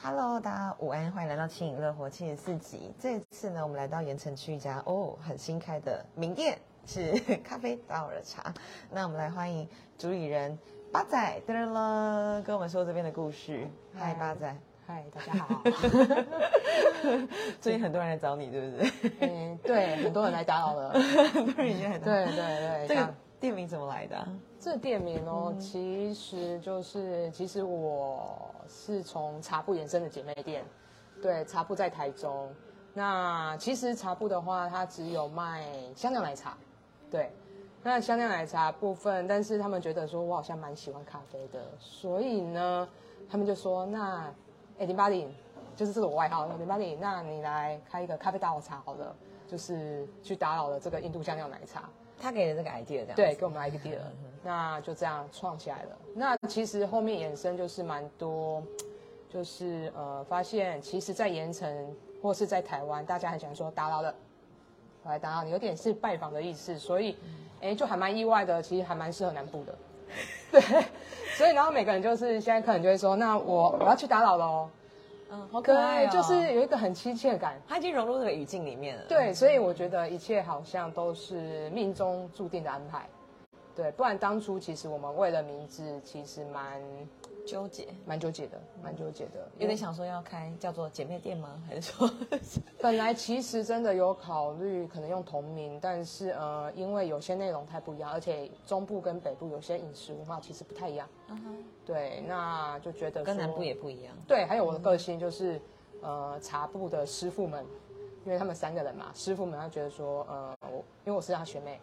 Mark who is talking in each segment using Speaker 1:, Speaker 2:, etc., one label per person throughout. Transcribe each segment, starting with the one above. Speaker 1: Hello，大家午安，欢迎来到《轻盈乐活》七十四集。这次呢，我们来到盐城区一家哦很新开的名店，是 咖啡打耳茶。那我们来欢迎主理人八仔，噔噔啦，跟我们说这边的故事。嗨，
Speaker 2: 嗨
Speaker 1: 八仔，
Speaker 2: 嗨，大家 好。
Speaker 1: 最近很多人来找你，对不对？
Speaker 2: 嗯，对，很多人来打扰了。
Speaker 1: 很多人也来找
Speaker 2: 对对对，
Speaker 1: 这个
Speaker 2: 像
Speaker 1: 店名怎么来的啊、
Speaker 2: 这店名哦，其实就是其实我是从茶铺延伸的姐妹店，对，茶铺在台中。那其实茶铺的话，它只有卖香料奶茶，对。那香料奶茶部分，但是他们觉得说我好像蛮喜欢咖啡的，所以呢，他们就说那，哎、林巴林，就是这是我外号，林巴林，那你来开一个咖啡大午茶好了，就是去打扰了这个印度香料奶茶。
Speaker 1: 他给了这个 idea，这样嗯
Speaker 2: 对，给我们 idea，那就这样创起来了。那其实后面衍生就是蛮多，就是呃，发现其实，在盐城或是在台湾，大家很喜欢说打扰了，我来打扰你，有点是拜访的意思，所以，
Speaker 1: 嗯
Speaker 2: 哎，就还蛮意外的，其实还蛮适合南部的。 对，所以然后每个人就是现在客人就会说，那我我要去打扰了哦，
Speaker 1: 嗯，好可爱、
Speaker 2: 对，
Speaker 1: 哦，
Speaker 2: 就是有一个很亲切感。
Speaker 1: 他已经融入这个语境里面了。
Speaker 2: 对，所以我觉得一切好像都是命中注定的安排。对，不然当初其实我们为了名字，其实蛮
Speaker 1: 纠结，
Speaker 2: 蛮纠结的，蛮纠结的。
Speaker 1: 有点想说要开叫做姐妹店吗？还是说
Speaker 2: 本来其实真的有考虑可能用同名，但是呃，因为有些内容太不一样，而且中部跟北部有些饮食文化其实不太一样。对，那就觉得
Speaker 1: 嗯跟南
Speaker 2: 说
Speaker 1: 部也不一样？
Speaker 2: 对，还有我的个性就是，呃，茶部的师傅们，因为他们三个人嘛，师傅们他觉得说，呃，我因为我是他学妹，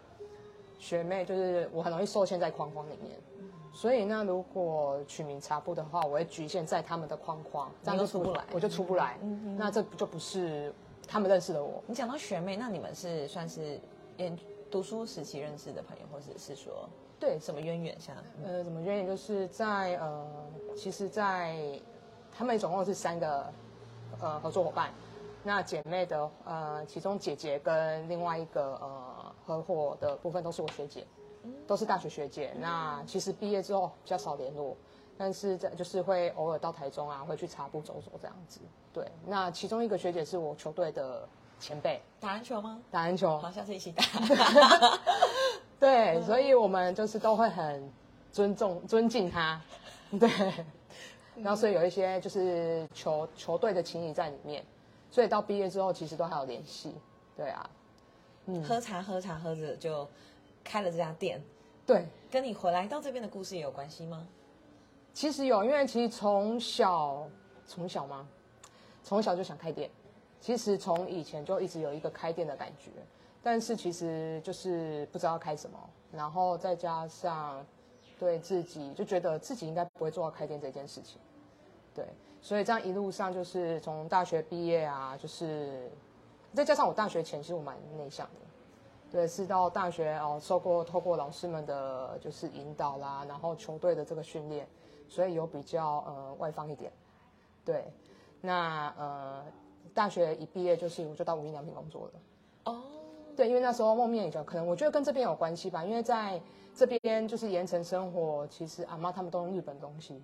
Speaker 2: 学妹就是我很容易受限在框框里面，所以那如果取名茶部的话，我会局限在他们的框框，这样
Speaker 1: 你又
Speaker 2: 就
Speaker 1: 出不来嗯
Speaker 2: 我就出不来，那这就不是他们认识的我。
Speaker 1: 你讲到学妹，那你们是算是研读书时期认识的朋友，或者是说
Speaker 2: 对，
Speaker 1: 什么渊源下？
Speaker 2: 呃，怎么原因就是在呃，其实在他们总共是三个呃合作伙伴，那姐妹的呃，其中姐姐跟另外一个呃合伙的部分都是我学姐，都是大学学姐。那其实毕业之后比较少联络，但是在就是会偶尔到台中啊，会去茶部走走这样子。对，那其中一个学姐是我球队的前辈，
Speaker 1: 打篮球吗？
Speaker 2: 打篮球，
Speaker 1: 好，下次一起打。
Speaker 2: 对，所以我们就是都会很尊重、尊敬他，对。然后所以有一些就是球球队的情谊在里面，所以到毕业之后其实都还有联系，对啊，
Speaker 1: 喝茶，喝茶，喝着就开了这家店，
Speaker 2: 对。
Speaker 1: 跟你回来到这边的故事也有关系吗？
Speaker 2: 其实有，因为其实从小从小吗？从小就想开店，其实从以前就一直有一个开店的感觉，但是其实就是不知道开什么，然后再加上对自己就觉得自己应该不会做到开店这件事情，对，所以这样一路上就是从大学毕业啊，就是再加上我大学前其实我蛮内向的，对，是到大学哦，受过透过老师们的就是引导啦，然后球队的这个训练，所以有比较呃外放一点。对，那呃大学一毕业就是我就到无印良品工作了。
Speaker 1: 哦，
Speaker 2: 对，因为那时候梦面也就可能我觉得跟这边有关系吧，因为在这边就是盐城生活，其实阿妈他们都用日本东西。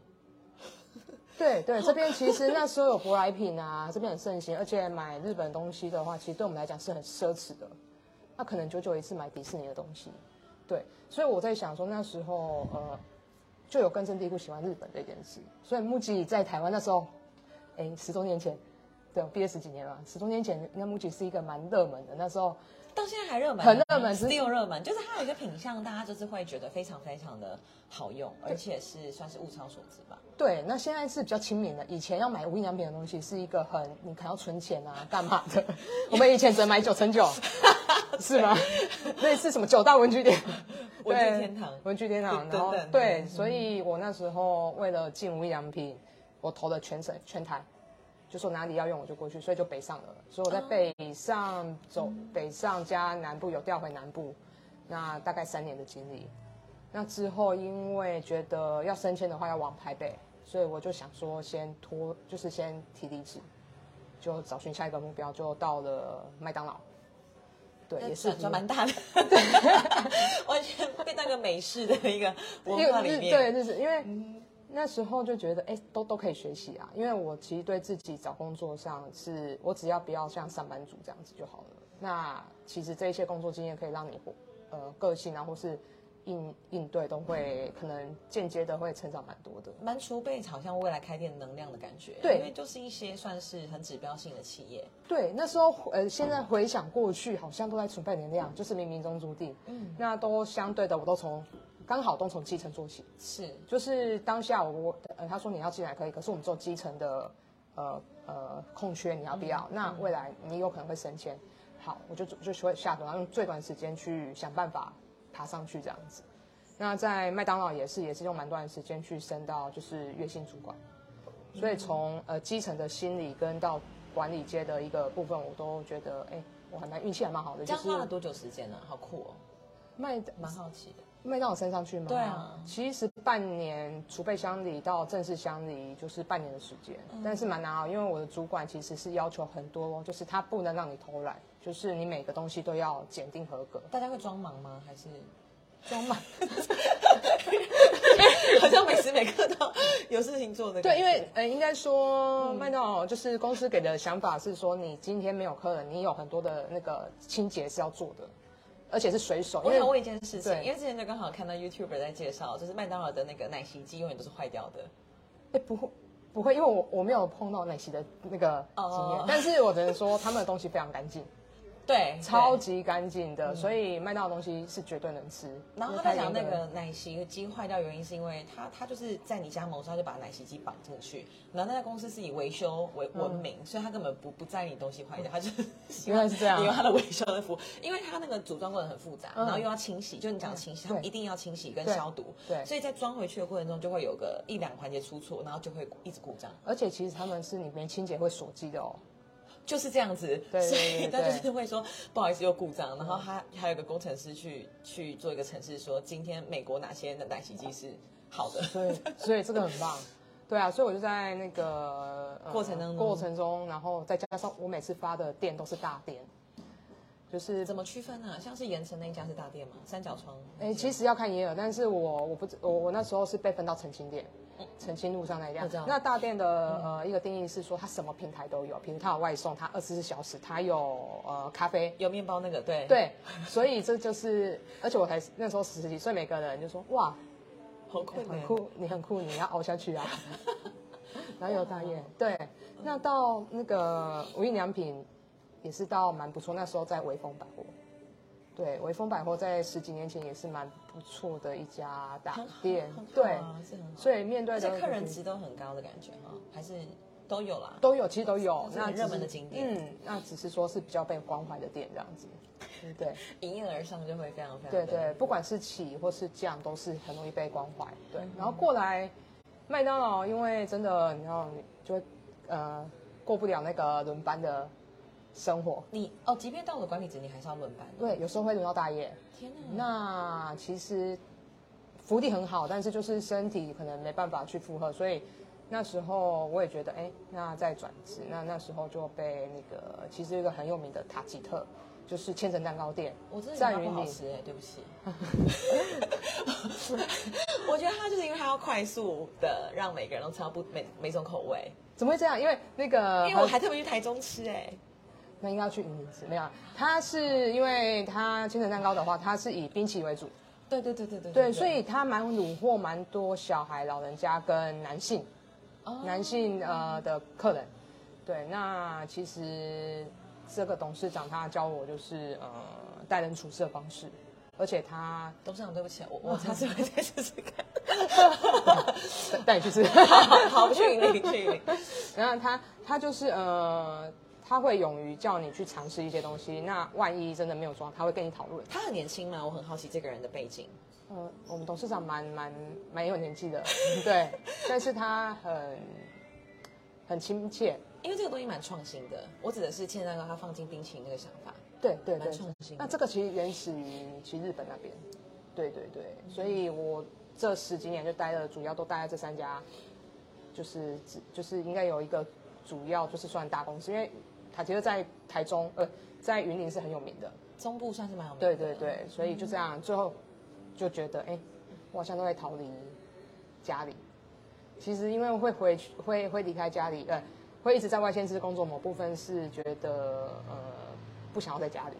Speaker 2: 对对，这边其实那时候有舶来品啊，这边很盛行，而且买日本东西的话，其实对我们来讲是很奢侈的。那可能久久一次买迪士尼的东西，对，所以我在想说那时候呃，就有根深蒂固喜欢日本这件事，所以木吉在台湾那时候，哎，十多年前，对，我毕业十几年了，十多年前那木吉是一个蛮热门的，那时候
Speaker 1: 到现在还热门，哎
Speaker 2: 很热门只是
Speaker 1: still 热门，就是它有一个品相，大家就是会觉得非常非常的好用，而且是算是物超所值吧。
Speaker 2: 对，那现在是比较亲民的。以前要买无印良品的东西是一个很你可能要存钱啊，干嘛 的？我们以前只能买九乘九，是吗？类似什么九大文具店、
Speaker 1: 文具
Speaker 2: 对
Speaker 1: 天堂
Speaker 2: 文具天堂，
Speaker 1: 等
Speaker 2: 然后
Speaker 1: 等嗯
Speaker 2: 对，所以我那时候为了进无印良品，我投了全省全台，就说哪里要用我就过去，所以就北上了。所以我
Speaker 1: 哦
Speaker 2: 在北上走，北上加南部有调回南部，那大概三年的经历。那之后，因为觉得要升迁的话要往台北，所以我就想说先拖，就是先提离职，就找寻下一个目标，就到了麦当劳。对，也是
Speaker 1: 转转蛮大的， 完全被那个美式的一个文
Speaker 2: 因
Speaker 1: 化
Speaker 2: 为
Speaker 1: 里
Speaker 2: 日
Speaker 1: 面。
Speaker 2: 对日式，因为那时候就觉得，哎、都都可以学习啊，因为我其实对自己找工作上是，我只要不要像上班族这样子就好了。那其实这一些工作经验可以让你，呃，个性啊，或是应应对都会可能间接的会成长蛮多的。
Speaker 1: 蛮储备好像未来开店能量的感觉，
Speaker 2: 对
Speaker 1: 因为就是一些算是很指标性的企业，
Speaker 2: 对，那时候呃，现在回想过去，好像都在储备能量，就是冥冥中注定。嗯，那都相对的，我都从刚好都从基层做起，
Speaker 1: 是
Speaker 2: 就是当下我我呃，他说你要进来可以，可是我们做基层的呃呃空缺，你要不要？
Speaker 1: 嗯
Speaker 2: 那未来你有可能会升迁，好，我就就学会下蹲，然后用最短时间去想办法爬上去这样子。那在麦当劳也是，也是用蛮短的时间去升到就是月薪主管，所以从
Speaker 1: 嗯
Speaker 2: 呃基层的心理跟到管理阶的一个部分，我都觉得哎、我还蛮运气还蛮好
Speaker 1: 这
Speaker 2: 的，就
Speaker 1: 样
Speaker 2: 是
Speaker 1: 花了多久时间呢、好酷哦，
Speaker 2: 麦
Speaker 1: 蛮好奇的。
Speaker 2: 卖到我身上去吗？
Speaker 1: 对啊
Speaker 2: 其实半年储备乡里到正式乡里就是半年的时间，但是蛮难熬，因为我的主管其实是要求很多，就是他不能让你偷懒，就是你每个东西都要检定合格。
Speaker 1: 大家会装忙吗？还是
Speaker 2: 装 满
Speaker 1: 好像每时每刻都有事情做的感觉？
Speaker 2: 对，因为呃，应该说麦当劳就是公司给的想法是说，你今天没有客人，你有很多的那个清洁是要做的，而且是随手。因
Speaker 1: 我
Speaker 2: 为
Speaker 1: 想问一件事情，
Speaker 2: 对
Speaker 1: 因为之前就刚好看到 YouTuber 在介绍，就是麦当劳的那个奶昔机永远都是坏掉的，
Speaker 2: 哎、不会，不会，因为我我没有碰到奶昔的那个经验
Speaker 1: 哦
Speaker 2: 但是我只能说他们的东西非常干净。
Speaker 1: 对，
Speaker 2: 超
Speaker 1: 级。
Speaker 2: 级干净的，所以麦当劳东西是绝对能吃。
Speaker 1: 然后
Speaker 2: 因为
Speaker 1: 他在
Speaker 2: 它
Speaker 1: 讲那
Speaker 2: 严格
Speaker 1: 个奶昔机坏掉原因是因为他他就是在你家谋杀就把奶昔机绑进去，然后那家公司是以维修为闻名，所以他根本不不在意你东
Speaker 2: 嗯
Speaker 1: 西坏掉，他就是希
Speaker 2: 原来
Speaker 1: 望
Speaker 2: 是这样
Speaker 1: 你用他的维修的服务，因为他那个组装过程很复 杂，
Speaker 2: 嗯
Speaker 1: 然后又要清洗，就是你讲清洗，他们一定要清洗跟
Speaker 2: 对
Speaker 1: 消毒，
Speaker 2: 对
Speaker 1: 所以在装回去的过程中就会有个一两个环节出错，然后就会一直故障，
Speaker 2: 而且其实他们是里面清洁会锁机的哦。
Speaker 1: 就是这样子，
Speaker 2: 对对
Speaker 1: 所
Speaker 2: 对
Speaker 1: 以他
Speaker 2: 对
Speaker 1: 就是会说不好意思又故障，然后他还有一个工程师去去做一个程式说今天美国哪些的奶昔机是好的。
Speaker 2: 所以 所以这个很棒。对啊，所以我就在那个、呃
Speaker 1: 过程当中
Speaker 2: 过程中，然后再加上我每次发的店都是大店，就是
Speaker 1: 怎么区分呢、像是盐城那一家是大店吗？三角窗？
Speaker 2: 哎、其实要看也有，但是我我不知我我那时候是被分到澄清店，澄清路上那一家
Speaker 1: 嗯我知道。嗯
Speaker 2: 那大店的、呃一个定义是说，它什么平台都有，比如它有外送，它二十四小时，它有呃咖啡，
Speaker 1: 有面包那个，对，
Speaker 2: 对，所以这就是，而且我才那时候十几岁，每个人就说哇，
Speaker 1: 好困
Speaker 2: 很
Speaker 1: 难。
Speaker 2: 酷，你很酷，你要熬 下去啊。然后有大雁，对，
Speaker 1: 嗯
Speaker 2: 那到那个无印良品也是到蛮不错，那时候在微风百货，对，微风百货在十几年前也是蛮不错的一家大
Speaker 1: 很好
Speaker 2: 店
Speaker 1: 很好，
Speaker 2: 对，
Speaker 1: 啊，是很好。
Speaker 2: 所以面对
Speaker 1: 而且
Speaker 2: 的
Speaker 1: 客人
Speaker 2: 就是
Speaker 1: 值都很高的感觉哈，还是都有啦。
Speaker 2: 都有，其实都有，
Speaker 1: 这是
Speaker 2: 那
Speaker 1: 很
Speaker 2: 只
Speaker 1: 热门的
Speaker 2: 是
Speaker 1: 景点
Speaker 2: 嗯，那只是说是比较被关怀的店这样 子，对对。
Speaker 1: 迎面而上就会非常非常
Speaker 2: 对
Speaker 1: 的
Speaker 2: 对，不管是起或是降，都是很容易被关怀。对，然后过来麦当劳，因为真的，你知道，你就会呃过不了那个轮班的生活。
Speaker 1: 你哦，即便到了管理职，你还是要轮班。
Speaker 2: 对，有时候会轮到大夜。
Speaker 1: 天哪，
Speaker 2: 嗯那其实福利很好，但是就是身体可能没办法去负荷，所以那时候我也觉得，哎，那再转职，那那时候就被那个其实有一个很有名的塔吉特，就是千层蛋糕店，
Speaker 1: 我真的觉
Speaker 2: 在
Speaker 1: 得它
Speaker 2: 于
Speaker 1: 不好
Speaker 2: 你
Speaker 1: 吃哎、对不起。 我觉得它就是因为它要快速的让每个人都吃到不每每种口味，
Speaker 2: 怎么会这样？因为那个
Speaker 1: 因为我还特别去台中吃哎、
Speaker 2: 那应该要去云林吃，没有啊？它是因为它千层蛋糕的话，它是以冰淇淋为主，
Speaker 1: 对对对对对
Speaker 2: 对，所以它蛮虏获蛮多小孩、老人家跟男性，
Speaker 1: 哦
Speaker 2: 男性呃的客人。对，那其实这个董事长他教我就是呃待人处事的方式，而且他
Speaker 1: 董事长，对不起，我我下次会再试试看。
Speaker 2: 带 带你去吃，
Speaker 1: 好，不去云林，去云林。
Speaker 2: 然后他他就是呃他会勇于叫你去尝试一些东西，那万一真的没有装，他会跟你讨论。
Speaker 1: 他很年轻嘛，我很好奇这个人的背景。
Speaker 2: 呃，我们董事长蛮蛮蛮有年纪的， 对，但是他很很亲切，
Speaker 1: 因为这个东西蛮创新的，我指的是千蛋糕它放进冰淇淋那个想法。
Speaker 2: 对对
Speaker 1: 蛮
Speaker 2: 对
Speaker 1: 创新的。
Speaker 2: 那这个其实原始于其实日本那边，对对对，
Speaker 1: 嗯
Speaker 2: 所以我这十几年就待了，主要都待在这三家，就是只就是应该有一个主要就是算大公司，因为塔吉特在台中呃在云林是很有名的，
Speaker 1: 中部算是蛮有名的。
Speaker 2: 对对对，所以就这样，最后就觉得，哎、我好像都在逃离家里，其实因为会回去，会会离开家里，呃，会一直在外县市工作，某部分是觉得呃不想要在家里，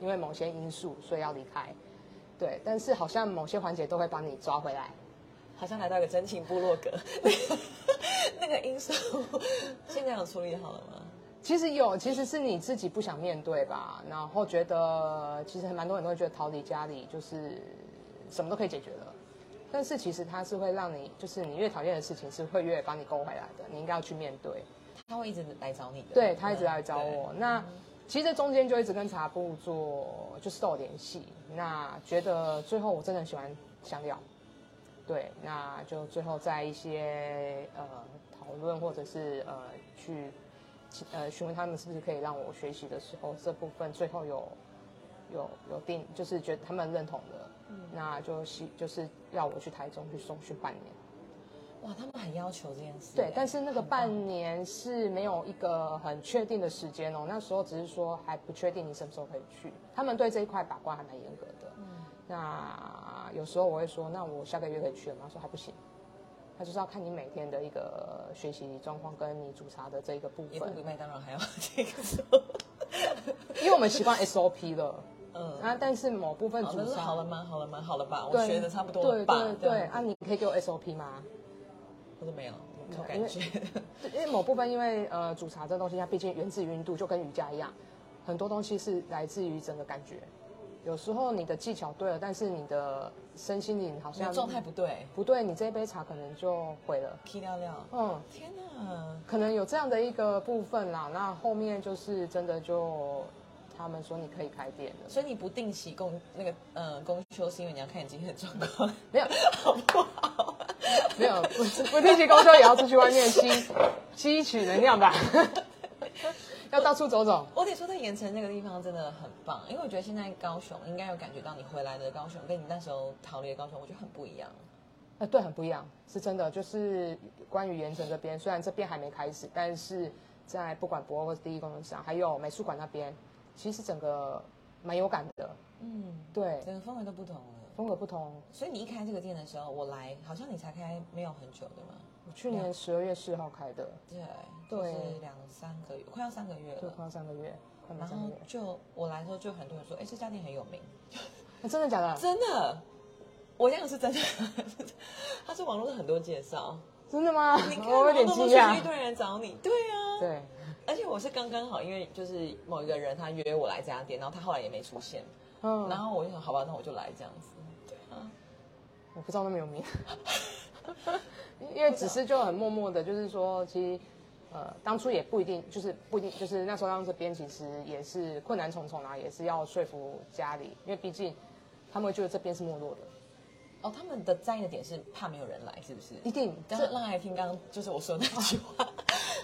Speaker 2: 因为某些因素，所以要离开。对，但是好像某些环节都会把你抓回来。
Speaker 1: 好像来到一个真情部落格， 那个因素现在有处理好了吗？
Speaker 2: 其实有，其实是你自己不想面对吧，然后觉得其实蛮多人都会觉得逃离家里就是什么都可以解决了，但是其实它是会让你，就是你越讨厌的事情是会越把你勾回来的，你应该要去面对。
Speaker 1: 他会一直来找你的，
Speaker 2: 对他一直来找我，那其实这中间就一直跟茶布做，就是都有联系。那觉得最后我真的很喜欢香料，对，那就最后在一些呃讨论或者是呃去呃询问他们是不是可以让我学习的时候，这部分最后有有有定，就是觉得他们认同的，那就希就是要我去台中去送训半年。
Speaker 1: 对。哇，他们很要求这件事。
Speaker 2: 对
Speaker 1: 哎，
Speaker 2: 但是那个半年是没有一个很确定的时间哦，那时候只是说还不确定你什么时候可以去，他们对这一块把关还蛮严格的。
Speaker 1: 嗯
Speaker 2: 那有时候我会说，那我下个月可以去了吗？他说还不行，他就是要看你每天的一个学习状况跟你煮茶的这一个部
Speaker 1: 也
Speaker 2: 分
Speaker 1: 不，比麦当劳还要这个 时候。
Speaker 2: 因为我们习惯 SOP 了。
Speaker 1: 嗯，
Speaker 2: 啊，但是某部分
Speaker 1: 好
Speaker 2: 煮
Speaker 1: 了，那
Speaker 2: 茶
Speaker 1: 好了吗？好了吗？好了吧？我
Speaker 2: 对
Speaker 1: 学的差不多了吧？
Speaker 2: 对对对，啊，你可以给我 SOP 吗？
Speaker 1: 我说没有，靠
Speaker 2: 因
Speaker 1: 感
Speaker 2: 为
Speaker 1: 觉。
Speaker 2: 因为某部分，因为呃，煮茶这东西，它毕竟源自于印度，就跟瑜伽一样，很多东西是来自于整个感觉。有时候你的技巧对了，但是你的身心灵好
Speaker 1: 你的
Speaker 2: 像
Speaker 1: 状态不对，
Speaker 2: 不对，你这一杯茶可能就毁了。
Speaker 1: 踢掉掉。
Speaker 2: 嗯，
Speaker 1: 天哪！
Speaker 2: 可能有这样的一个部分啦。那后面就是真的就他们说你可以开店了，
Speaker 1: 所以你不定期供那个呃供休，是因为你要看你今天的状况
Speaker 2: 没有
Speaker 1: 好不好？
Speaker 2: 没有，不不定期公休也要出去外面吸吸取能量吧， 要到处走走。
Speaker 1: 我得说，在盐城那个地方真的很棒，因为我觉得现在高雄应该有感觉到你回来的高雄跟你那时候逃离的高雄，我觉得很不一样。
Speaker 2: 呃，对，很不一样，是真的。就是关于盐城这边，虽然这边还没开始，但是在不管博二或是第一工程上，还有美术馆那边，其实整个蛮有感的。
Speaker 1: 嗯，
Speaker 2: 对，
Speaker 1: 整个氛围都不同了。
Speaker 2: 风格不同。
Speaker 1: 所以你一开这个店的时候，我来好像你才开没有很久对吗？
Speaker 2: 我去年十二月四号开的，
Speaker 1: 对，
Speaker 2: 对
Speaker 1: 就是两三个月，快要三个月
Speaker 2: 就
Speaker 1: 了。
Speaker 2: 快要三个月，快
Speaker 1: 然
Speaker 2: 满三个
Speaker 1: 后
Speaker 2: 月。
Speaker 1: 就我来的时候，就很多人说，哎，这家店很有名，
Speaker 2: 啊真的假的？
Speaker 1: 真的，我讲的是真的， 他是网络上很多介绍，
Speaker 2: 真的吗？
Speaker 1: 你看
Speaker 2: 我有点
Speaker 1: 陆
Speaker 2: 惊
Speaker 1: 陆续续一
Speaker 2: 讶。
Speaker 1: 堆人找你，对啊，
Speaker 2: 对，
Speaker 1: 而且我是刚刚好，因为就是某一个人他约我来这家店，然后他后来也没出现，然
Speaker 2: 嗯，
Speaker 1: 后我就想好吧，那我就来这样子。对啊，
Speaker 2: 我不知道那么有名， 因为只是就很默默的，就是说，其实。呃，当初也不一定，就是不一定，就是那时候让这边其实也是困难重重啊，也是要说服家里，因为毕竟他们会觉得这边是没落的，
Speaker 1: 哦，他们的在意的点是怕没有人来，是不是？
Speaker 2: 一定
Speaker 1: 刚
Speaker 2: 这
Speaker 1: 刚来听刚刚就是我说的那句话，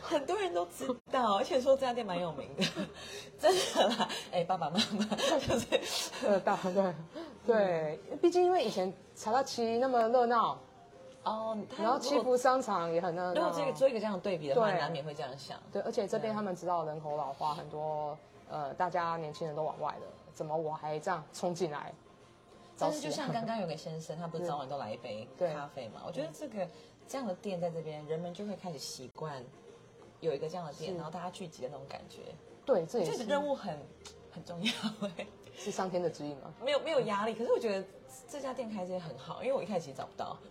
Speaker 1: 很多人都知道，而且说这家店蛮有名的， 真的啦。哎，爸爸妈妈就是
Speaker 2: 呃大
Speaker 1: 嗯
Speaker 2: 对对，毕竟因为以前茶道期那么热闹，
Speaker 1: 哦，他
Speaker 2: 然后
Speaker 1: 如
Speaker 2: 七
Speaker 1: 果
Speaker 2: 福商场也很热
Speaker 1: 如果
Speaker 2: 闹，
Speaker 1: 这个做一个这样的对比的话，
Speaker 2: 对
Speaker 1: 难免会这样想。
Speaker 2: 对，而且这边他们知道人口老化，很多呃大家年轻人都往外了，怎么我还这样冲进来？
Speaker 1: 但
Speaker 2: 找
Speaker 1: 是就
Speaker 2: 死
Speaker 1: 像刚刚有个先生，他不是早晚都来一杯
Speaker 2: 啊嗯对
Speaker 1: 咖啡嘛？我觉得这个这样的店在这边，人们就会开始习惯有一个这样的店，
Speaker 2: 是
Speaker 1: 然后大家聚集的那种感觉。
Speaker 2: 对，这也
Speaker 1: 这个
Speaker 2: 是
Speaker 1: 任务很很重要哎，
Speaker 2: 是上天的指引嘛。
Speaker 1: 没有没有压力。可是我觉得这家店开真的很好，因为我一开始其实找不到。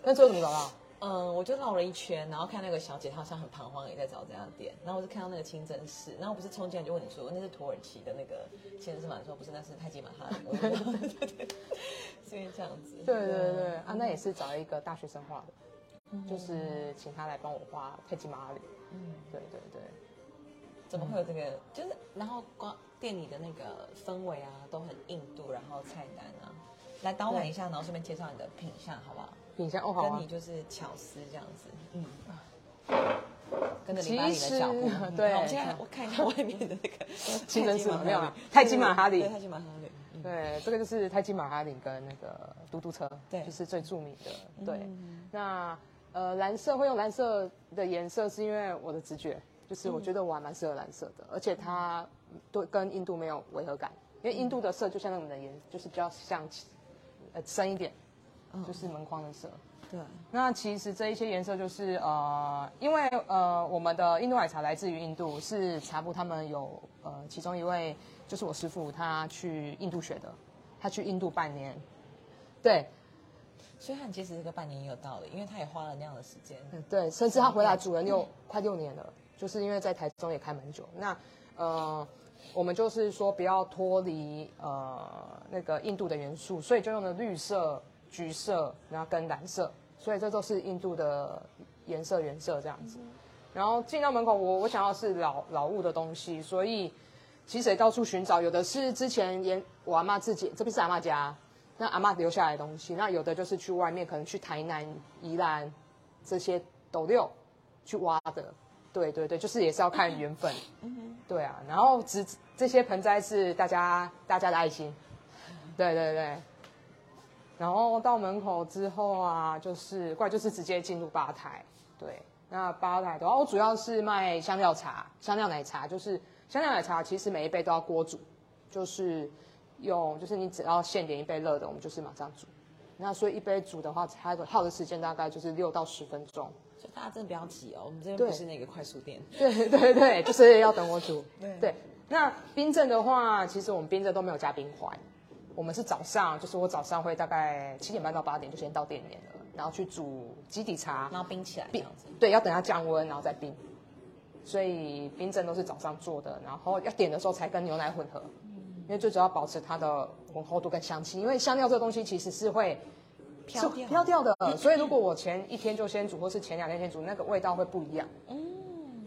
Speaker 2: 那最后怎么找到？
Speaker 1: 嗯，我就绕了一圈，然后看那个小姐，她好像很彷徨，也在找这家店。然后我就看到那个清真寺，然后我不是冲进来就问你说，那是土耳其的那个清真寺吗？你说不是，那是泰姬玛哈里。我就 对对对，所以这样子。
Speaker 2: 对对对，啊，那也是找一个大学生画的，就是请他来帮我画泰姬玛哈里。
Speaker 1: 嗯。
Speaker 2: 对对对，
Speaker 1: 怎么会有这个？就是嗯然后光店里的那个氛围啊，都很印度，然后菜单啊，来导览一下，然后顺便介绍你的品相，好不好？
Speaker 2: 品相哦好
Speaker 1: 跟
Speaker 2: 啊
Speaker 1: 你。就是巧思这样子，嗯，跟着
Speaker 2: 其
Speaker 1: 你巴里的脚步
Speaker 2: 实，
Speaker 1: 嗯
Speaker 2: 对
Speaker 1: 好我现在我看一下外面的那个
Speaker 2: 清真寺
Speaker 1: 马哈里
Speaker 2: 没有啊泰姬玛哈里
Speaker 1: 对泰姬玛哈里，嗯
Speaker 2: 对，这个就是泰姬玛哈里跟那个嘟嘟车，
Speaker 1: 对嗯
Speaker 2: 就是最著名的。对，那呃蓝色会用蓝色的颜色，是因为我的直觉，就是
Speaker 1: 嗯
Speaker 2: 我觉得我还蛮适合蓝色的，而且它对跟印度没有违和感，因为印度的
Speaker 1: 嗯
Speaker 2: 色就像我们的颜，就是比较像呃深一点，就是门框的色。
Speaker 1: 对，
Speaker 2: 那其实这一些颜色就是呃，因为呃，我们的印度奶茶来自于印度，是茶布他们有呃，其中一位就是我师傅，他去印度学的，他去印度半年，对，
Speaker 1: 所以他其实这个半年也有道理，因为他也花了那样的时间。
Speaker 2: 嗯对，甚至他回来主人六、快六年了，就是因为在台中也开蛮久。那呃，我们就是说不要脱离呃那个印度的元素，所以就用了绿色、橘色，然后跟蓝色，所以这都是印度的颜色原色这样子。然后进到门口，我我想要是老老物的东西，所以其实也到处寻找，有的是之前沿我阿妈自己，这边是阿妈家，那阿妈留下来的东西，那有的就是去外面，可能去台南、宜兰这些斗六去挖的。对对对，就是也是要看缘分。对啊，然后只这些盆栽是大家大家的爱心。对对对。然后到门口之后啊，就是过来就是直接进入吧台。对，那吧台的话，我主要是卖香料茶、香料奶茶，就是香料奶茶其实每一杯都要锅煮，就是用就是你只要现点一杯热的，我们就是马上煮。那所以一杯煮的话，它的耗的时间大概就是六到十分钟。
Speaker 1: 所以大家真的不要急哦，我们这边
Speaker 2: 对
Speaker 1: 不是那个快速店，
Speaker 2: 对 对对，就是要等我煮。
Speaker 1: 对
Speaker 2: 对，那冰镇的话，其实我们冰镇都没有加冰块，我们是早上，就是我早上会大概七点半到八点就先到店里面了，然后去煮基底茶，
Speaker 1: 然后冰起来这
Speaker 2: 冰
Speaker 1: 样子。
Speaker 2: 对，要等它降温然后再冰，所以冰镇都是早上做的，然后要点的时候才跟牛奶混合，因为最主要保持它的浑厚度跟香气，因为香料这个东西其实是会。
Speaker 1: 飘
Speaker 2: 是
Speaker 1: 掉嗯
Speaker 2: 飘掉的，所以如果我前一天就先煮，或是前两天先煮，那个味道会不一样。
Speaker 1: 嗯，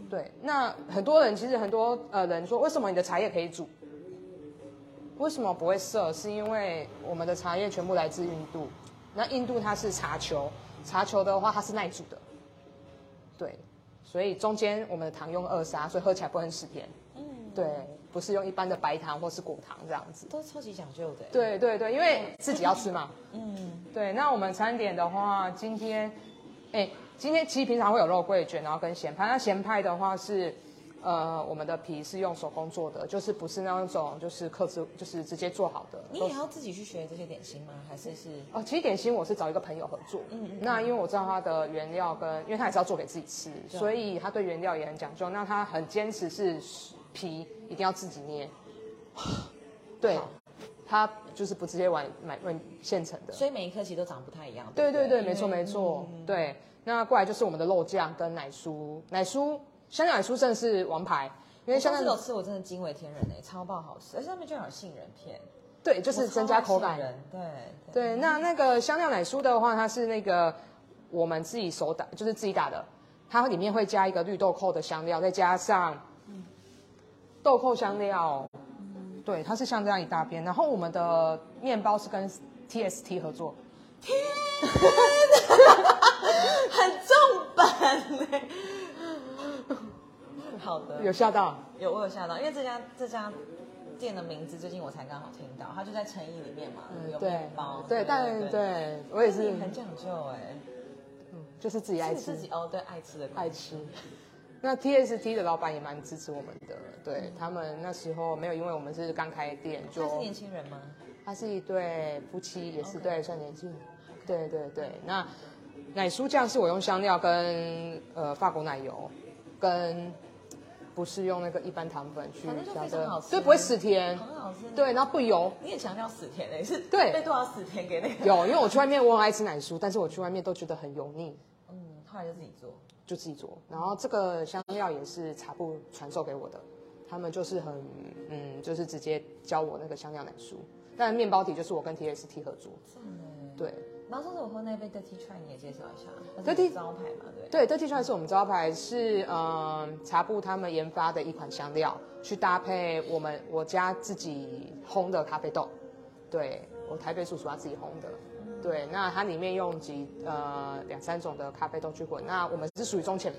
Speaker 2: 对，那很多人其实很多呃人说，为什么你的茶叶可以煮？为什么不会涩？是因为我们的茶叶全部来自印度，那印度它是茶球，茶球的话它是耐煮的，对，所以中间我们的糖用二砂，所以喝起来不会很死甜，嗯，对，不是用一般的白糖或是果糖这样子。
Speaker 1: 都超级讲究的。，欸
Speaker 2: 对对对，因为自己要吃嘛，
Speaker 1: 嗯，
Speaker 2: 对，那我们餐点的话，今天，哎，今天其实平常会有肉桂卷，然后跟咸派。那咸派的话是，呃，我们的皮是用手工做的，就是不是那种就是刻制，就是直接做好的。
Speaker 1: 你
Speaker 2: 都
Speaker 1: 也
Speaker 2: 是
Speaker 1: 要自己去学这些点心吗？还是是？
Speaker 2: 哦，其实点心我是找一个朋友合作，嗯嗯，那因为我知道他的原料跟，因为他也是要做给自己吃，所以他对原料也很讲究。那他很坚持是皮一定要自 己捏，对，他就是不直接买买买现成的。
Speaker 1: 所嗯以每一颗其实都长不太一样。
Speaker 2: 对
Speaker 1: 不
Speaker 2: 对对，没
Speaker 1: 因
Speaker 2: 错
Speaker 1: 为
Speaker 2: 没错，
Speaker 1: 嗯
Speaker 2: 对。那过来就是我们的肉酱跟奶酥，奶酥香料奶酥真的是王牌，因为
Speaker 1: 我
Speaker 2: 香
Speaker 1: 上
Speaker 2: 料
Speaker 1: 次有吃，我真的惊为天人哎，超爆好吃，而且上面居然有杏仁片，
Speaker 2: 对就是增加口感。
Speaker 1: 人。对对
Speaker 2: 对，那那个香料奶酥的话，它是那个我们自己手打，就是自己打的，它里面会加一个绿豆蔻的香料，再加上豆蔻香料，
Speaker 1: 嗯
Speaker 2: 对，它是像这样一大片。然后我们的面包是跟 TST 合作，
Speaker 1: 很重本嘞。 好的，
Speaker 2: 有
Speaker 1: 有
Speaker 2: 吓到？
Speaker 1: 有我有吓到，因为这家这家店的名字最近我才刚好听到，它就在诚意里面嘛，有
Speaker 2: 嗯对
Speaker 1: 面包，，
Speaker 2: 对，但对我也是
Speaker 1: 你很讲究哎，
Speaker 2: 就是自己爱
Speaker 1: 是你
Speaker 2: 吃
Speaker 1: 自，己哦，对，爱吃的
Speaker 2: 爱吃。那 TST 的老板也蛮支持我们的，对他们那时候没有，因为我们是刚开店，就
Speaker 1: 他是年轻人吗？
Speaker 2: 他是一对夫妻，也是对算年轻，对对对。那奶酥酱是我用香料跟呃法国奶油，跟不是用那个一般糖粉去
Speaker 1: 反正就
Speaker 2: 调
Speaker 1: 非常好
Speaker 2: 的，
Speaker 1: 吃
Speaker 2: 对，不会死甜，
Speaker 1: 很好吃。，
Speaker 2: 对，然后不油。
Speaker 1: 你也强调死甜嘞，是
Speaker 2: 对
Speaker 1: 被多少死甜给那个？
Speaker 2: 有，因为我去外面我很爱吃奶酥，但是我去外面都觉得很油腻，
Speaker 1: 嗯，后来就自己做。
Speaker 2: 就自己做。然后这个香料也是茶布传授给我的，他们就是很嗯，就是直接教我那个香料奶酥。但面包体就是我跟 TST 合作，
Speaker 1: 赞耶
Speaker 2: 对
Speaker 1: 然后上次我喝那杯 Dirty Try，你也介绍一下它是
Speaker 2: Dirty-
Speaker 1: 招牌嘛，对不对。
Speaker 2: 对，Dirty Try 是我们招牌，是嗯茶布他们研发的一款香料，去搭配我们我家自己烘的咖啡豆，对我台北叔叔他自己烘的。对，那它里面用几呃两三种的咖啡豆去混，那我们是属于中浅焙，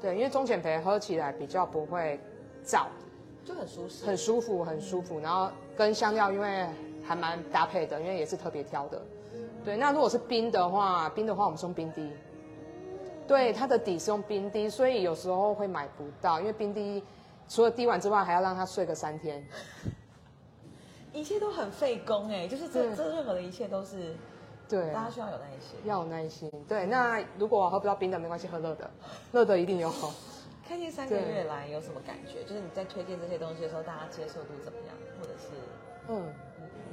Speaker 2: 对，因为中浅焙喝起来比较不会燥，
Speaker 1: 就很舒适。
Speaker 2: 很舒服，很舒服。然后跟香料因为还蛮搭配的，因为也是特别挑的。对，那如果是冰的话，冰的话我们是用冰滴，对，它的底是用冰滴，所以有时候会买不到，因为冰滴除了滴完之外，还要让它睡个三天。
Speaker 1: 一切都很费工哎、就是这
Speaker 2: 对
Speaker 1: 这任何的一切都是
Speaker 2: 对，
Speaker 1: 大家需要有耐心。
Speaker 2: 要有耐心。对，那如果喝不到冰的没关系，喝热的，热的一定有。
Speaker 1: 开店三个月来有什么感觉？就是你在推荐这些东西的时候，大家接受度怎么样？或者是
Speaker 2: 嗯，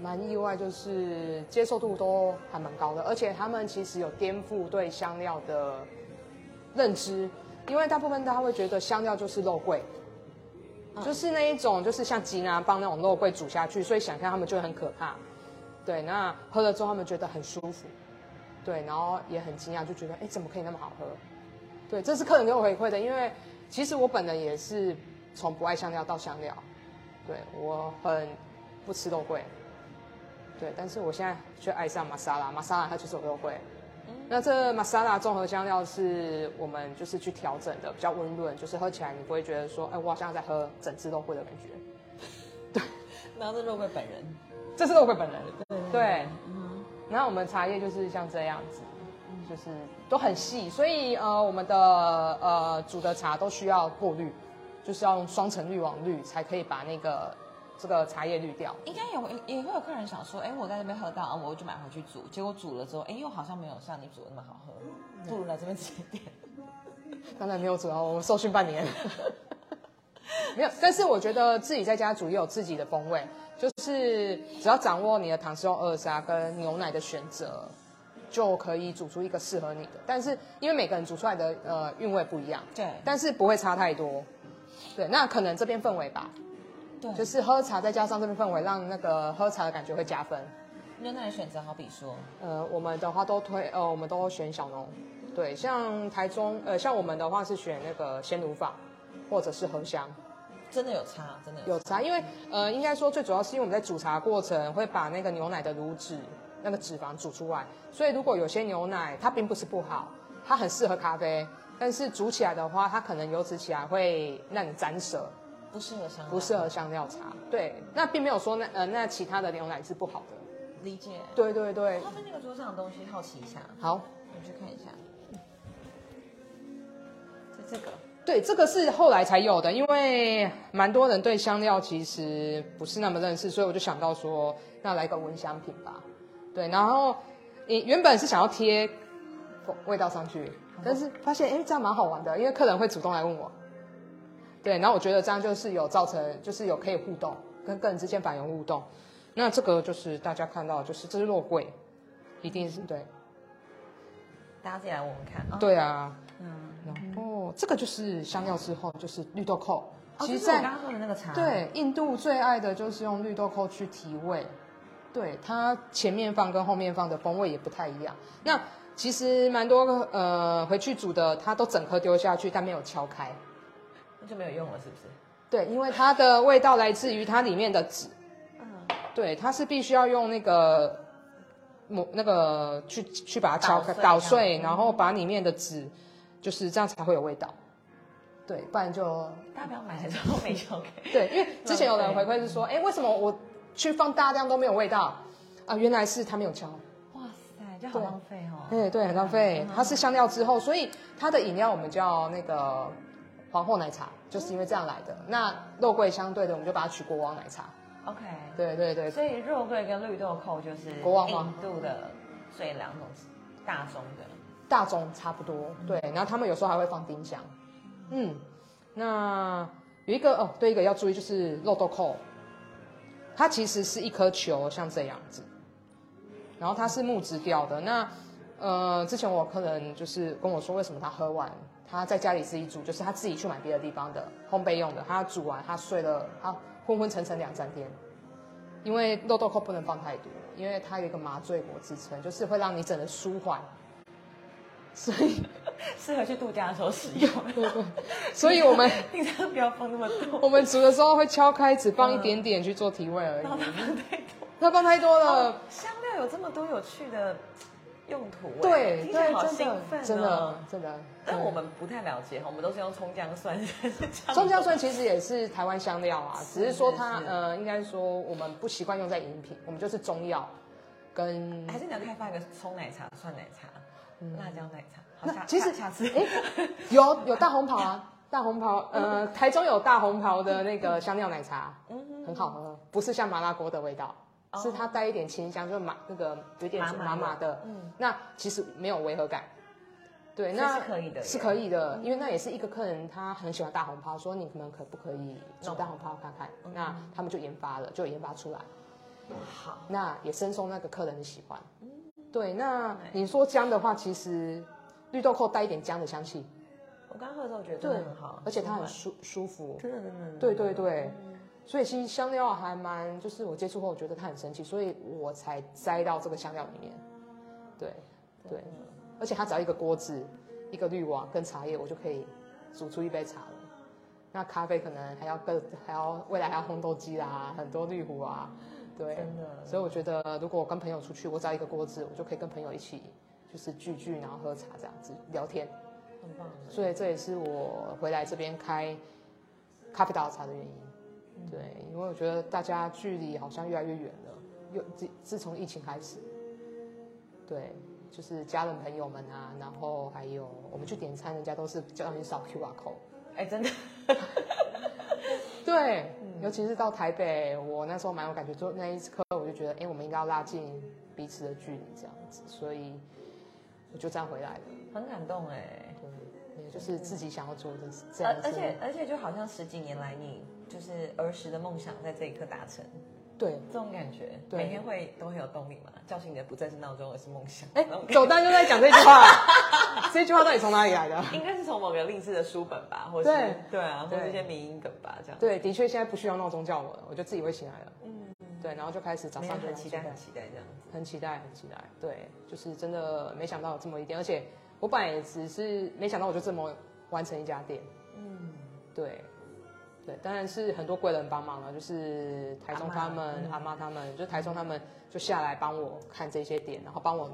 Speaker 2: 蛮意外，就是接受度都还蛮高的，而且他们其实有颠覆对香料的认知，因为大部分大家会觉得香料就是肉桂，就是那一种就是像吉拿棒那种肉桂煮下去，所以想象他们就很可怕。对，那喝了之后他们觉得很哎舒服，对，然后也很惊讶，就觉得哎怎么可以那么好喝？对，这是客人给我回馈的，因为其实我本人也是从不爱香料到香料，对我很不吃肉桂，对，但是我现在却爱上玛莎拉，玛莎拉它就是有肉桂。那这玛莎拉综合香料是我们就是去调整的，比较温润，就是喝起来你不会觉得说，哎，我好像在喝整只肉桂的感觉。
Speaker 1: 然后这肉桂本人，
Speaker 2: 这是肉桂本人，
Speaker 1: 对
Speaker 2: 对。
Speaker 1: 嗯，
Speaker 2: 然后我们茶叶就是像这样子，就是都很细，所以呃，我们的呃煮的茶都需要过滤，就是要用双层滤网滤才可以把那个这个茶叶滤掉。
Speaker 1: 应该也会也会有客人想说，哎，我在那边喝到，啊我就买回去煮，结果煮了之后，哎，又好像没有像你煮的那么好喝，
Speaker 2: 嗯
Speaker 1: 不如来这边直接点。
Speaker 2: 当然没有煮啊，我们受训半年。 没有，但是我觉得自己在家煮也有自己的风味，就是只要掌握你的糖是用二砂跟牛奶的选择，就可以煮出一个适合你的。但是因为每个人煮出来的呃韵味不一样，
Speaker 1: 对
Speaker 2: 但是不会差太多。对，那可能这边氛围吧，
Speaker 1: 对，就
Speaker 2: 就是是喝茶再加上这边氛围，让那个喝茶的感觉会加分。
Speaker 1: 牛奶的选择，好比说，
Speaker 2: 呃，我们的话都推呃，我们都选小农，对，像台中呃，像我们的话是选那个鲜乳坊或者是荷香
Speaker 1: 真的有差，真的有差。
Speaker 2: 有茶，因为呃，应该说最主要是因为我们在煮茶过程会把那个牛奶的乳脂那个脂肪煮出来，所以如果有些牛奶它并不是不好，它很适合咖啡，但是煮起来的话，它可能油脂起来会让你沾舌，
Speaker 1: 不适合香料，
Speaker 2: 不适合香料茶。对，那并没有说那呃那其他的牛奶是不好的。
Speaker 1: 理解。
Speaker 2: 对对对，
Speaker 1: 他们那个桌上的东西，好奇一下，
Speaker 2: 好。
Speaker 1: 我去看一下。这这个，
Speaker 2: 对，这个是后来才有的，因为蛮多人对香料其实不是那么认识，所以我就想到说，那来个蚊香品吧。对，然后你原本是想要贴味道上去，但是发现哎，这样蛮好玩的，因为客人会主动来问我。对，然后我觉得这样就是有造成，就是有可以互动，跟客人之间反应互动。那这个就是大家看到，就是这是肉桂，一定是对，
Speaker 1: 大家自己来我们看啊。，
Speaker 2: 对啊。
Speaker 1: 嗯，
Speaker 2: 然后这个就是香料之后就是绿豆蔻，
Speaker 1: 哦，就
Speaker 2: 其实
Speaker 1: 是我
Speaker 2: 在
Speaker 1: 刚刚说的那个茶，，
Speaker 2: 对，印度最爱的就是用绿豆蔻去提味，对它前面放跟后面放的风味也不太一样。那其实蛮多个呃回去煮的，它都整颗丢下去，但没有敲开。
Speaker 1: 那就没有用了，是不是？
Speaker 2: 对，因为它的味道来自于它里面的籽，
Speaker 1: 嗯，
Speaker 2: 对，它是必须要用那个磨那个去去把它敲开
Speaker 1: 捣
Speaker 2: 捣
Speaker 1: 碎这
Speaker 2: 碎，
Speaker 1: 样嗯
Speaker 2: 然后把里面的籽，就是这样才会有味道。对，不然就
Speaker 1: 大家不要买来之后没用。
Speaker 2: 对，因为之前有人回馈是说，哎、为什么我去放大量都没有味道啊？原来是它没有敲。
Speaker 1: 哇塞，这好浪费哦。
Speaker 2: 哎，对，很浪费。它是香料之后，所以它的饮料我们叫那个皇后奶茶，就是因为这样来的。那肉桂相对的，我们就把它取国王奶茶。
Speaker 1: OK，
Speaker 2: 对对对，
Speaker 1: 所以肉桂跟绿豆蔻就是
Speaker 2: 国王吗
Speaker 1: 印度的，所以两种大宗的。
Speaker 2: 大众差不多。对，然后他们有时候还会放丁香。嗯，那有一个哦，对，一个要注意就是肉豆蔻，它其实是一颗球，像这样子，然后它是木质调的。那呃，之前我有客人就是跟我说，为什么他喝完他在家里自己煮，就是他自己去买别的地方的烘焙用的，他煮完他睡了，他昏昏沉沉两三天。因为肉豆蔻不能放太多，因为它有一个麻醉果之称，就是会让你整个舒缓，所以
Speaker 1: 适合去度假的时候使用，
Speaker 2: 所以我们
Speaker 1: 平常不要放那么多，
Speaker 2: 我们煮的时候会敲开，只放一点点去做提味而已
Speaker 1: 然，后放太多。
Speaker 2: 那放太多了。
Speaker 1: 香料有这么多有趣的用途哎，
Speaker 2: 对
Speaker 1: 听
Speaker 2: 对，
Speaker 1: 起来好兴
Speaker 2: 真
Speaker 1: 奋、哦
Speaker 2: 的真的。真的。
Speaker 1: 但
Speaker 2: 对
Speaker 1: 我们不太了解，我们都是用葱姜蒜。
Speaker 2: 葱姜蒜其实也是台湾香料啊，只是说它
Speaker 1: 是是
Speaker 2: 呃，应该说我们不习惯用在饮品，我们就是中药跟
Speaker 1: 还是你要开发一个葱奶茶、蒜奶茶、辣椒奶茶？好哦下
Speaker 2: 嗯那其实
Speaker 1: 下下次
Speaker 2: 哎，有有大红袍啊，大红袍，呃，
Speaker 1: 嗯
Speaker 2: 台中有大红袍的那个香料奶茶，很好喝，不是像麻辣锅的味道。
Speaker 1: 哦
Speaker 2: 是它带一点清香，就是麻那个有点
Speaker 3: 麻麻的
Speaker 2: 麻麻的，
Speaker 1: 嗯
Speaker 2: 那其实没有违和感。对，
Speaker 1: 所以
Speaker 2: 那
Speaker 1: 是可以的耶嗯
Speaker 2: 是可以的，因为那也是一个客人，他很喜欢大红袍，说你们可不可以做
Speaker 1: 弄嗯
Speaker 2: 大红袍看看？那他们就研发了，就研发出来，
Speaker 1: 好，
Speaker 2: 那也深受那个客人的喜欢。嗯对，那你说姜的话，其实绿豆蔻带一点姜的香气，
Speaker 1: 我刚喝的时候觉得真的很好，
Speaker 2: 而且它
Speaker 1: 舒缓
Speaker 2: 很舒舒服。
Speaker 1: 真的真的真的
Speaker 2: 对对对，所以其实香料还蛮，就是我接触后，我觉得它很神奇，所以我才栽到这个香料里面。对对，而且它只要一个锅子、一个滤网跟茶叶，我就可以煮出一杯茶了。那咖啡可能还要更，还要未来还要烘豆机啦，很多滤壶啊，对。
Speaker 1: 真的
Speaker 2: 所以我觉得，如果我跟朋友出去，我只要一个锅子，我就可以跟朋友一起就是聚聚，然后喝茶这样子聊天。
Speaker 1: 很棒。
Speaker 2: 所以这也是我回来这边开咖啡岛茶的原因。对，因为我觉得大家距离好像越来越远了，又自自从疫情开始，对，就是家人朋友们啊，然后还有我们去点餐，人家都是叫你扫 QR code。
Speaker 1: 哎，真的
Speaker 2: 对，
Speaker 1: 嗯
Speaker 2: 尤其是到台北，我那时候蛮有感觉，就那一刻我就觉得，哎、我们应该要拉近彼此的距离这样子，所以我就这样回来了。
Speaker 1: 很感动哎。
Speaker 2: 对，也就是自己想要做的这样
Speaker 1: 嗯而
Speaker 2: 的事。
Speaker 1: 而且而且就好像十几年来你就是儿时的梦想在这一刻达成，
Speaker 2: 对，
Speaker 1: 这种感觉，
Speaker 2: 对
Speaker 1: 每天会都很有动力嘛。叫醒你的不再是闹钟，而是梦想。
Speaker 2: 哎
Speaker 1: 那种，感觉
Speaker 2: 走蛋就在讲这句话，这句话到底从哪里来的？
Speaker 1: 应该是从某个励志的书本吧，或是
Speaker 2: 对
Speaker 1: 对啊，或是
Speaker 2: 对
Speaker 1: 一些民音梗吧，这样。
Speaker 2: 对，的确现在不需要闹钟叫我了，我就自己会醒来了。
Speaker 1: 嗯，
Speaker 2: 对，然后就开始早
Speaker 1: 每
Speaker 2: 上
Speaker 1: 天
Speaker 2: 就
Speaker 1: 很期待，
Speaker 2: 很
Speaker 1: 很期待这样子。
Speaker 2: 很期待，很期待。对，就是真的没想到有这么一点，而且我本来也只是没想到我就这么完成一家店。
Speaker 1: 嗯，
Speaker 2: 对，对，当然是很多贵人帮忙了，就是台中他们、阿妈他们，就台中他们就下来帮我看这些点，然后帮我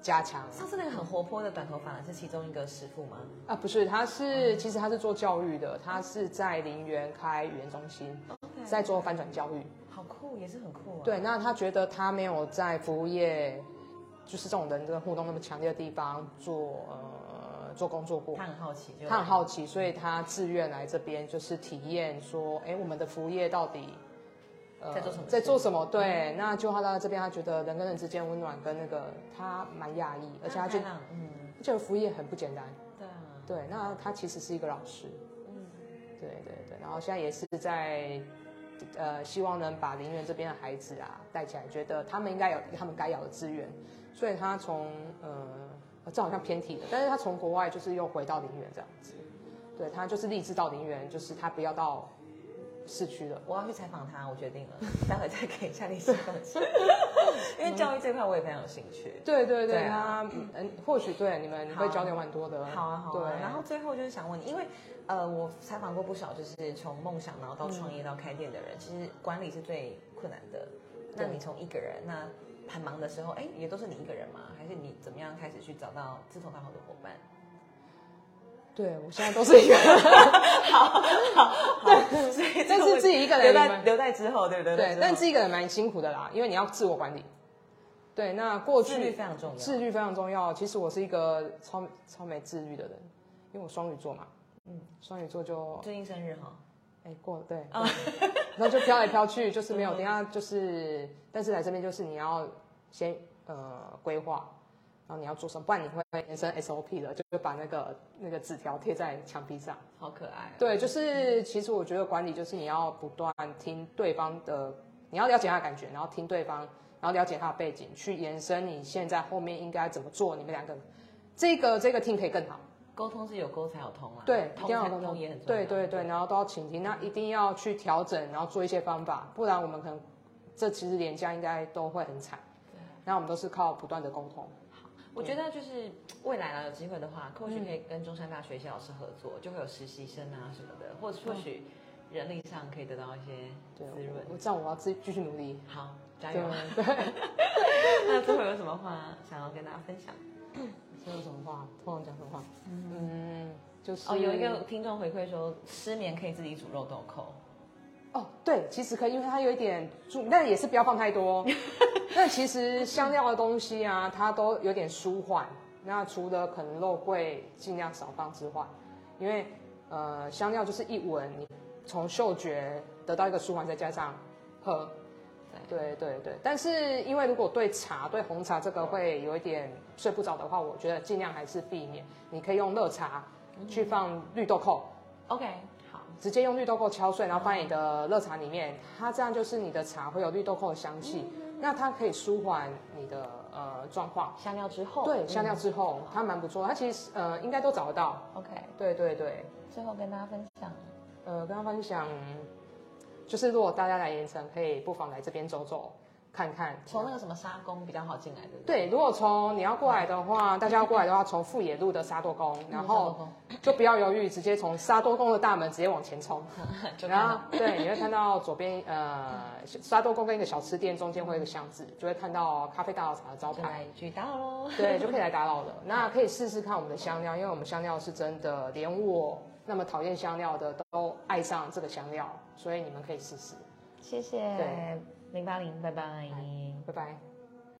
Speaker 2: 加强。
Speaker 1: 上次那个很活泼的短头发是其中一个师傅吗？
Speaker 2: 啊，不是，他是其实他是做教育的，他是在林园开语言中心，在做翻转教育。
Speaker 1: 好酷，也是很酷啊。
Speaker 2: 对，那他觉得他没有在服务业，就是这种人跟互动那么强烈的地方做呃做工作过
Speaker 1: 他，很好奇，就
Speaker 2: 他很好奇，所以他自愿来这边就是体验说，哎，我们的服务业到底。呃
Speaker 1: 在做什么嗯
Speaker 2: 在做什么？对，那就他到这边，他觉得人跟人之间温暖跟那个，他蛮讶异，而且他
Speaker 1: 就
Speaker 2: 就
Speaker 1: 嗯，
Speaker 2: 而且服务业很不简单。
Speaker 1: 对啊，
Speaker 2: 对，那他其实是一个老师，
Speaker 1: 嗯
Speaker 2: 对对对，然后现在也是在，呃，希望能把林园这边的孩子啊带起来，觉得他们应该有他们该有的资源，所以他从呃，这好像偏题了，但是他从国外就是又回到林园这样子，对他就是立志到林园，就是他不要到市区了，
Speaker 1: 我要去采访他，我决定了，待会再给一下你信放弃，因为教育这块我也非常有兴趣。
Speaker 2: 对对对，
Speaker 1: 对啊
Speaker 2: 他嗯，或许对你们会
Speaker 1: 好
Speaker 2: 交流蛮多的，
Speaker 1: 好啊，好
Speaker 2: 对
Speaker 1: 啊。，然后最后就是想问你，因为呃，我采访过不少，就是从梦想然后到创
Speaker 2: 嗯
Speaker 1: 业到开店的人，其实管理是最困难的。那
Speaker 2: 对
Speaker 1: 你从一个人，那很忙的时候，哎，也都是你一个人吗？还是你怎么样开始去找到志同道合的伙伴？
Speaker 2: 对我现在都是一个人。
Speaker 1: 所以
Speaker 2: 但
Speaker 1: 个
Speaker 2: 是
Speaker 1: 问
Speaker 2: 自己一个
Speaker 1: 留
Speaker 2: 人你
Speaker 1: 在
Speaker 2: 们
Speaker 1: 留在之后，对不对？
Speaker 2: 对，
Speaker 1: 之后
Speaker 2: 但自己一个人蛮辛苦的啦，因为你要自我管理。对，那过去
Speaker 1: 自律非常重要
Speaker 2: 自律非常重要。其实我是一个超超没自律的人，因为我双鱼座嘛，嗯，双鱼座就
Speaker 1: 最近生日哈，
Speaker 2: 哎过了对，对然后就飘来飘去，就是没有。等一下就是，但是来这边就是你要先呃规划，然后你要做什么，不然你会延伸 SOP 的，就就把那个那个纸条贴在墙壁上。
Speaker 1: 好可爱哦。
Speaker 2: 对，就是其实我觉得管理就是你要不断听对方的，你要了解他的感觉，然后听对方，然后了解他的背景，去延伸你现在后面应该怎么做。你们两个这个这个 team 可以更好，
Speaker 1: 沟通是有沟才有通啦，
Speaker 2: 对，一
Speaker 1: 通
Speaker 2: 定要
Speaker 1: 才
Speaker 2: 有沟
Speaker 1: 通
Speaker 2: 通
Speaker 1: 也很重要。
Speaker 2: 对对对，然后都要倾听，那一定要去调整，然后做一些方法，不然我们可能这其实连家应该都会很惨。那我们都是靠不断的沟通。
Speaker 1: 我觉得就是未来啊，有机会的话，或许可以跟中山大学一些老师合作，就会有实习生啊什么
Speaker 2: 嗯
Speaker 1: 的，或或许人力上可以得到一些
Speaker 2: 对，
Speaker 1: 滋润。
Speaker 2: 我我这样我要自己继续努力。
Speaker 1: 好，加
Speaker 2: 对
Speaker 1: 油！
Speaker 2: 对，
Speaker 1: 那最后有什么话想要跟大家分享？
Speaker 2: 这有什么话？突然讲什么话？嗯，就是
Speaker 1: 哦，有一个听众回馈说，失眠可以自己煮肉豆蔻，
Speaker 2: 哦，对，其实可以，因为它有一点助，但也是不要放太多。哦那其实香料的东西啊，它都有点舒缓。那除了可能肉桂尽量少放之外，因为呃香料就是一闻，你从嗅觉得到一个舒缓，再加上喝，
Speaker 1: 对，
Speaker 2: 对对对，但是因为如果对茶、对红茶这个会有一点睡不着的话，我觉得尽量还是避免。你可以用热茶去放绿豆蔻，
Speaker 1: OK，好，
Speaker 2: 直接用绿豆蔻敲碎，然后放在你的热茶里面，它这样就是你的茶会有绿豆蔻的香气，那它可以舒缓你的呃状况。
Speaker 1: 香料之后，
Speaker 2: 对，香料之后它蛮不错，它其实呃应该都找得到。
Speaker 1: 嗯 OK，
Speaker 2: 对对对，
Speaker 1: 最后跟大家分享，
Speaker 2: 呃，跟他分享，就是如果大家来盐城，可以不妨来这边走走看看。
Speaker 1: 从那个什么沙工比较好进来的，
Speaker 2: 对，如果从你要过来的话，大家要过来的话，从富野路的沙多宫，然后就不要犹豫，直接从沙多宫的大门直接往前冲，
Speaker 1: 就看
Speaker 2: 然
Speaker 1: 到
Speaker 2: 后对，你会看到左边呃沙多宫跟一个小吃店中间会有一个巷子，就会看到咖啡大佬茶的招
Speaker 1: 就
Speaker 2: 牌。
Speaker 1: 来一句打扰喽。
Speaker 2: 对，就可以来打扰了。那可以试试看我们的香料，因为我们香料是真的，连我那么讨厌香料的都爱上这个香料，所以你们可以试试。
Speaker 3: 谢
Speaker 2: 对
Speaker 3: 谢零八零，拜拜。
Speaker 2: 拜拜。